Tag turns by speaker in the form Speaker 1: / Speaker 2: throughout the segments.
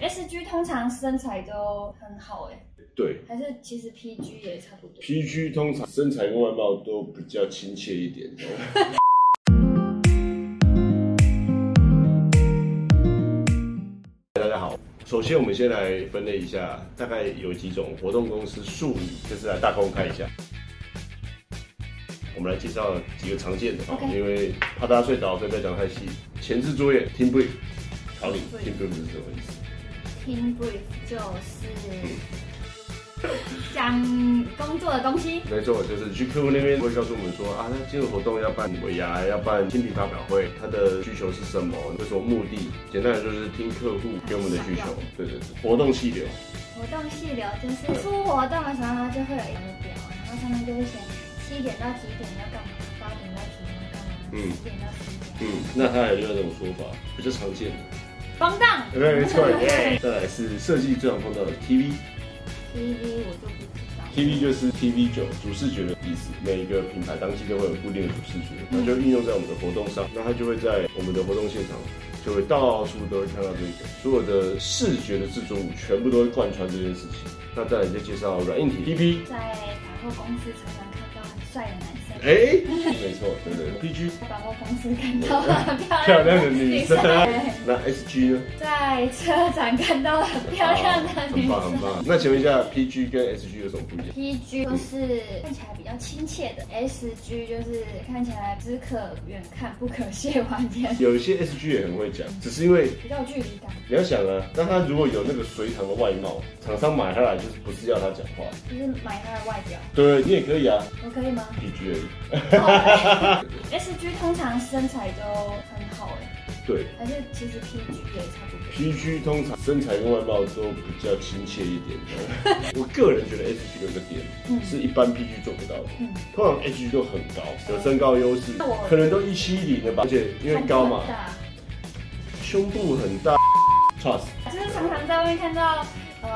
Speaker 1: S G 通常身材都很好哎、
Speaker 2: 对
Speaker 1: 还是其实 P G 也差不多。
Speaker 2: ，PG 通常身材跟外貌都比较亲切一点，懂吗大家好，首先我们先来分类一下，大概有几种活动公司术语，就是来大公开一下。我们来介绍几个常见的
Speaker 1: OK
Speaker 2: 因为怕大家睡着，所以不要讲太细。前置作业 team brief，好，你
Speaker 1: Brief
Speaker 2: team brief 是什么意思？
Speaker 1: Team brief 就是讲工作的东西，
Speaker 2: 没错，就是 GQ 那边会告诉我们说啊，那这个活动要办尾牙，要办新品发表会，它的需求是什么？有什么目的？简单的就是听客户给我们的需求。对对对，活动气流。
Speaker 1: 活动细流就是出活动的时候就会有一个目标，然后上面就会写七点到几点要干嘛，八点到几点要干嘛，
Speaker 2: 嗯
Speaker 1: 十点到十
Speaker 2: 嗯
Speaker 1: 点。，
Speaker 2: 那它有另外一种说法，比较常见的。
Speaker 1: 方荡
Speaker 2: 对， 没错。耶。 再来是设计最常碰到的 TV。
Speaker 1: T V 我就不知道。
Speaker 2: TV 就是 TV 九主视觉的意思，每一个品牌当季都会有固定的主视觉，那就运用在我们的活动上，那它就会在我们的活动现场，就会到处都会看到这个，所有的视觉的制作物全部都会贯穿这件事情。那再来就介绍软硬体 PP，
Speaker 1: 在百货公司常常看到很帅的男生，
Speaker 2: 哎、没错，对对 PG
Speaker 1: 在百货公司看到很
Speaker 2: 漂
Speaker 1: 漂亮
Speaker 2: 亮的
Speaker 1: 的
Speaker 2: 女
Speaker 1: 女
Speaker 2: 生
Speaker 1: 生，，
Speaker 2: 那 SG 呢？啊
Speaker 1: 在车展看到很漂亮的女
Speaker 2: 很棒很
Speaker 1: 生。
Speaker 2: 棒。那请问一下，PG 跟 SG 有什么不一样？
Speaker 1: P G 就是看起来比较亲切的，S G 就是看起来只可远看不可亵玩焉，
Speaker 2: 有一些 SG 也很会讲，只是因为
Speaker 1: 比较有距离感。
Speaker 2: 你要想啊，那他如果有那个隋唐的外貌，厂商买下来就是不是要他讲话，
Speaker 1: 就是买它的外表，
Speaker 2: 对你也可以啊
Speaker 1: 我可以 吗欸
Speaker 2: ，PG 而已。
Speaker 1: ？S G 通常身材都很好哎，
Speaker 2: 对
Speaker 1: 还是其实 P G 也差不多。
Speaker 2: ，PG 通常身材跟外貌都比较亲切一点。 我个人觉得 SG 有一个点、
Speaker 1: 嗯
Speaker 2: 是一般 PG 做不到的，
Speaker 1: 嗯
Speaker 2: 通常 SG 都很高，有身高优势
Speaker 1: 那我，
Speaker 2: 可能都一七零了吧，而且因为高嘛
Speaker 1: 看起来很，大
Speaker 2: 胸部很大。Trust
Speaker 1: 就是常常在外面看到，呃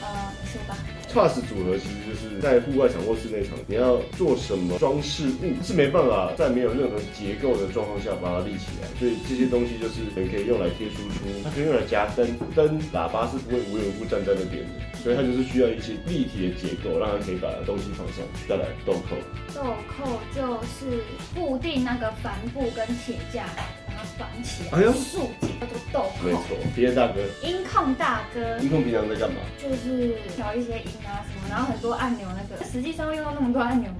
Speaker 1: 呃，你说吧，
Speaker 2: Trust 组合其实就是在户外场或室内场，你要做什么装饰物是没办法在没有任何结构的状况下把它立起来，所以这些东西就是你可以用来贴输出，它可以用来夹灯，灯喇叭是不会无缘无故站在那边的，所以它就是需要一些立体的结构，让它可以把东西放上去。再来豆蔻，
Speaker 1: 豆蔻就是固定那个帆布跟铁架，把它绑起来，
Speaker 2: 哎呦
Speaker 1: 竖起叫做豆
Speaker 2: 没
Speaker 1: 蔻。
Speaker 2: 错，别的大哥，
Speaker 1: 音控大哥
Speaker 2: 音控平常在干嘛？
Speaker 1: 就是调一些音啊什么，然后很多按钮那个，实际上会用到那么多按钮吗？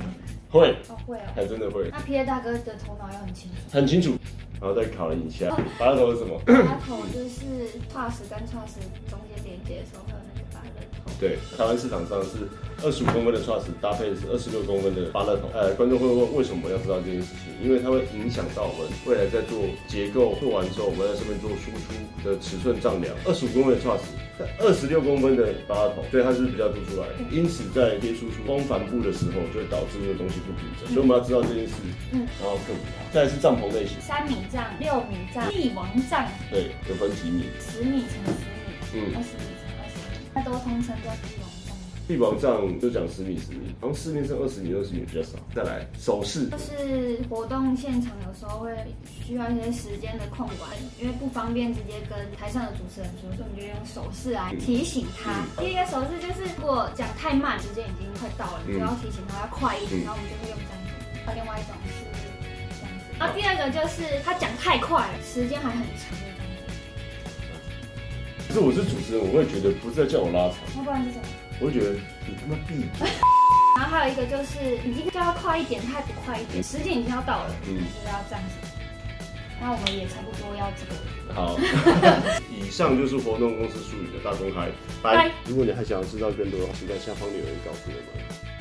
Speaker 2: 会，
Speaker 1: 哦会哦。
Speaker 2: 还真的会，
Speaker 1: 那 P A 大哥的头脑要很 清楚，
Speaker 2: 很清楚。然后再考了一下，拔头是什么？
Speaker 1: 他头就是跨石跟跨石中间连接的时候会有那个八人头。
Speaker 2: 对，台湾市场上是二十五公分的 truss 搭配是二十六公分的巴乐桶。呃，观众会问为什么要知道这件事情？因为它会影响到我们未来在做结构做完之后，我们在上面做输出的尺寸丈量。二十五公分的 truss，在二十六公分的巴乐桶，所以它是比较凸出来的。因此在贴输出光帆布的时候，就会导致这个东西不平整。所以我们要知道这件事，
Speaker 1: 嗯
Speaker 2: 然后克服它。再来是帐篷类型，
Speaker 1: 三米丈、六米丈、帝王丈、
Speaker 2: 对，有分几米。
Speaker 1: 十米乘十米、二十米乘
Speaker 2: 嗯
Speaker 1: 二十米，那都通称叫帝王丈。
Speaker 2: 帝王帐就讲十米十米，好像市面上二十米二十米比较少。再来首饰，
Speaker 1: 就是活动现场有时候会需要一些时间的空管，因为不方便直接跟台上的主持人说，所以我们就用手势来
Speaker 2: 嗯
Speaker 1: 提醒他。第一个手势就是，如果讲太慢，时间已经快到了，你就要提醒他要快一点，
Speaker 2: 嗯
Speaker 1: 然后我们就会用这样子。那另外一种是这样子，然后第二个就是他讲太快了，时间还很长的这样子，
Speaker 2: 可是我是主持人，我会觉得不是在叫我拉长，
Speaker 1: 要不然是什么？
Speaker 2: 我会觉得你他妈闭 嘴。
Speaker 1: 然后还有一个就是，你应该要快一点，他还不快一点，时间已经要到了，
Speaker 2: 嗯
Speaker 1: 就是要这样子。那我们也差不多要这个了。
Speaker 2: 好， 以上就是活动公司术语的大公开。
Speaker 1: 拜。
Speaker 2: 如果你还想要知道更多，请在下方留言告诉我们。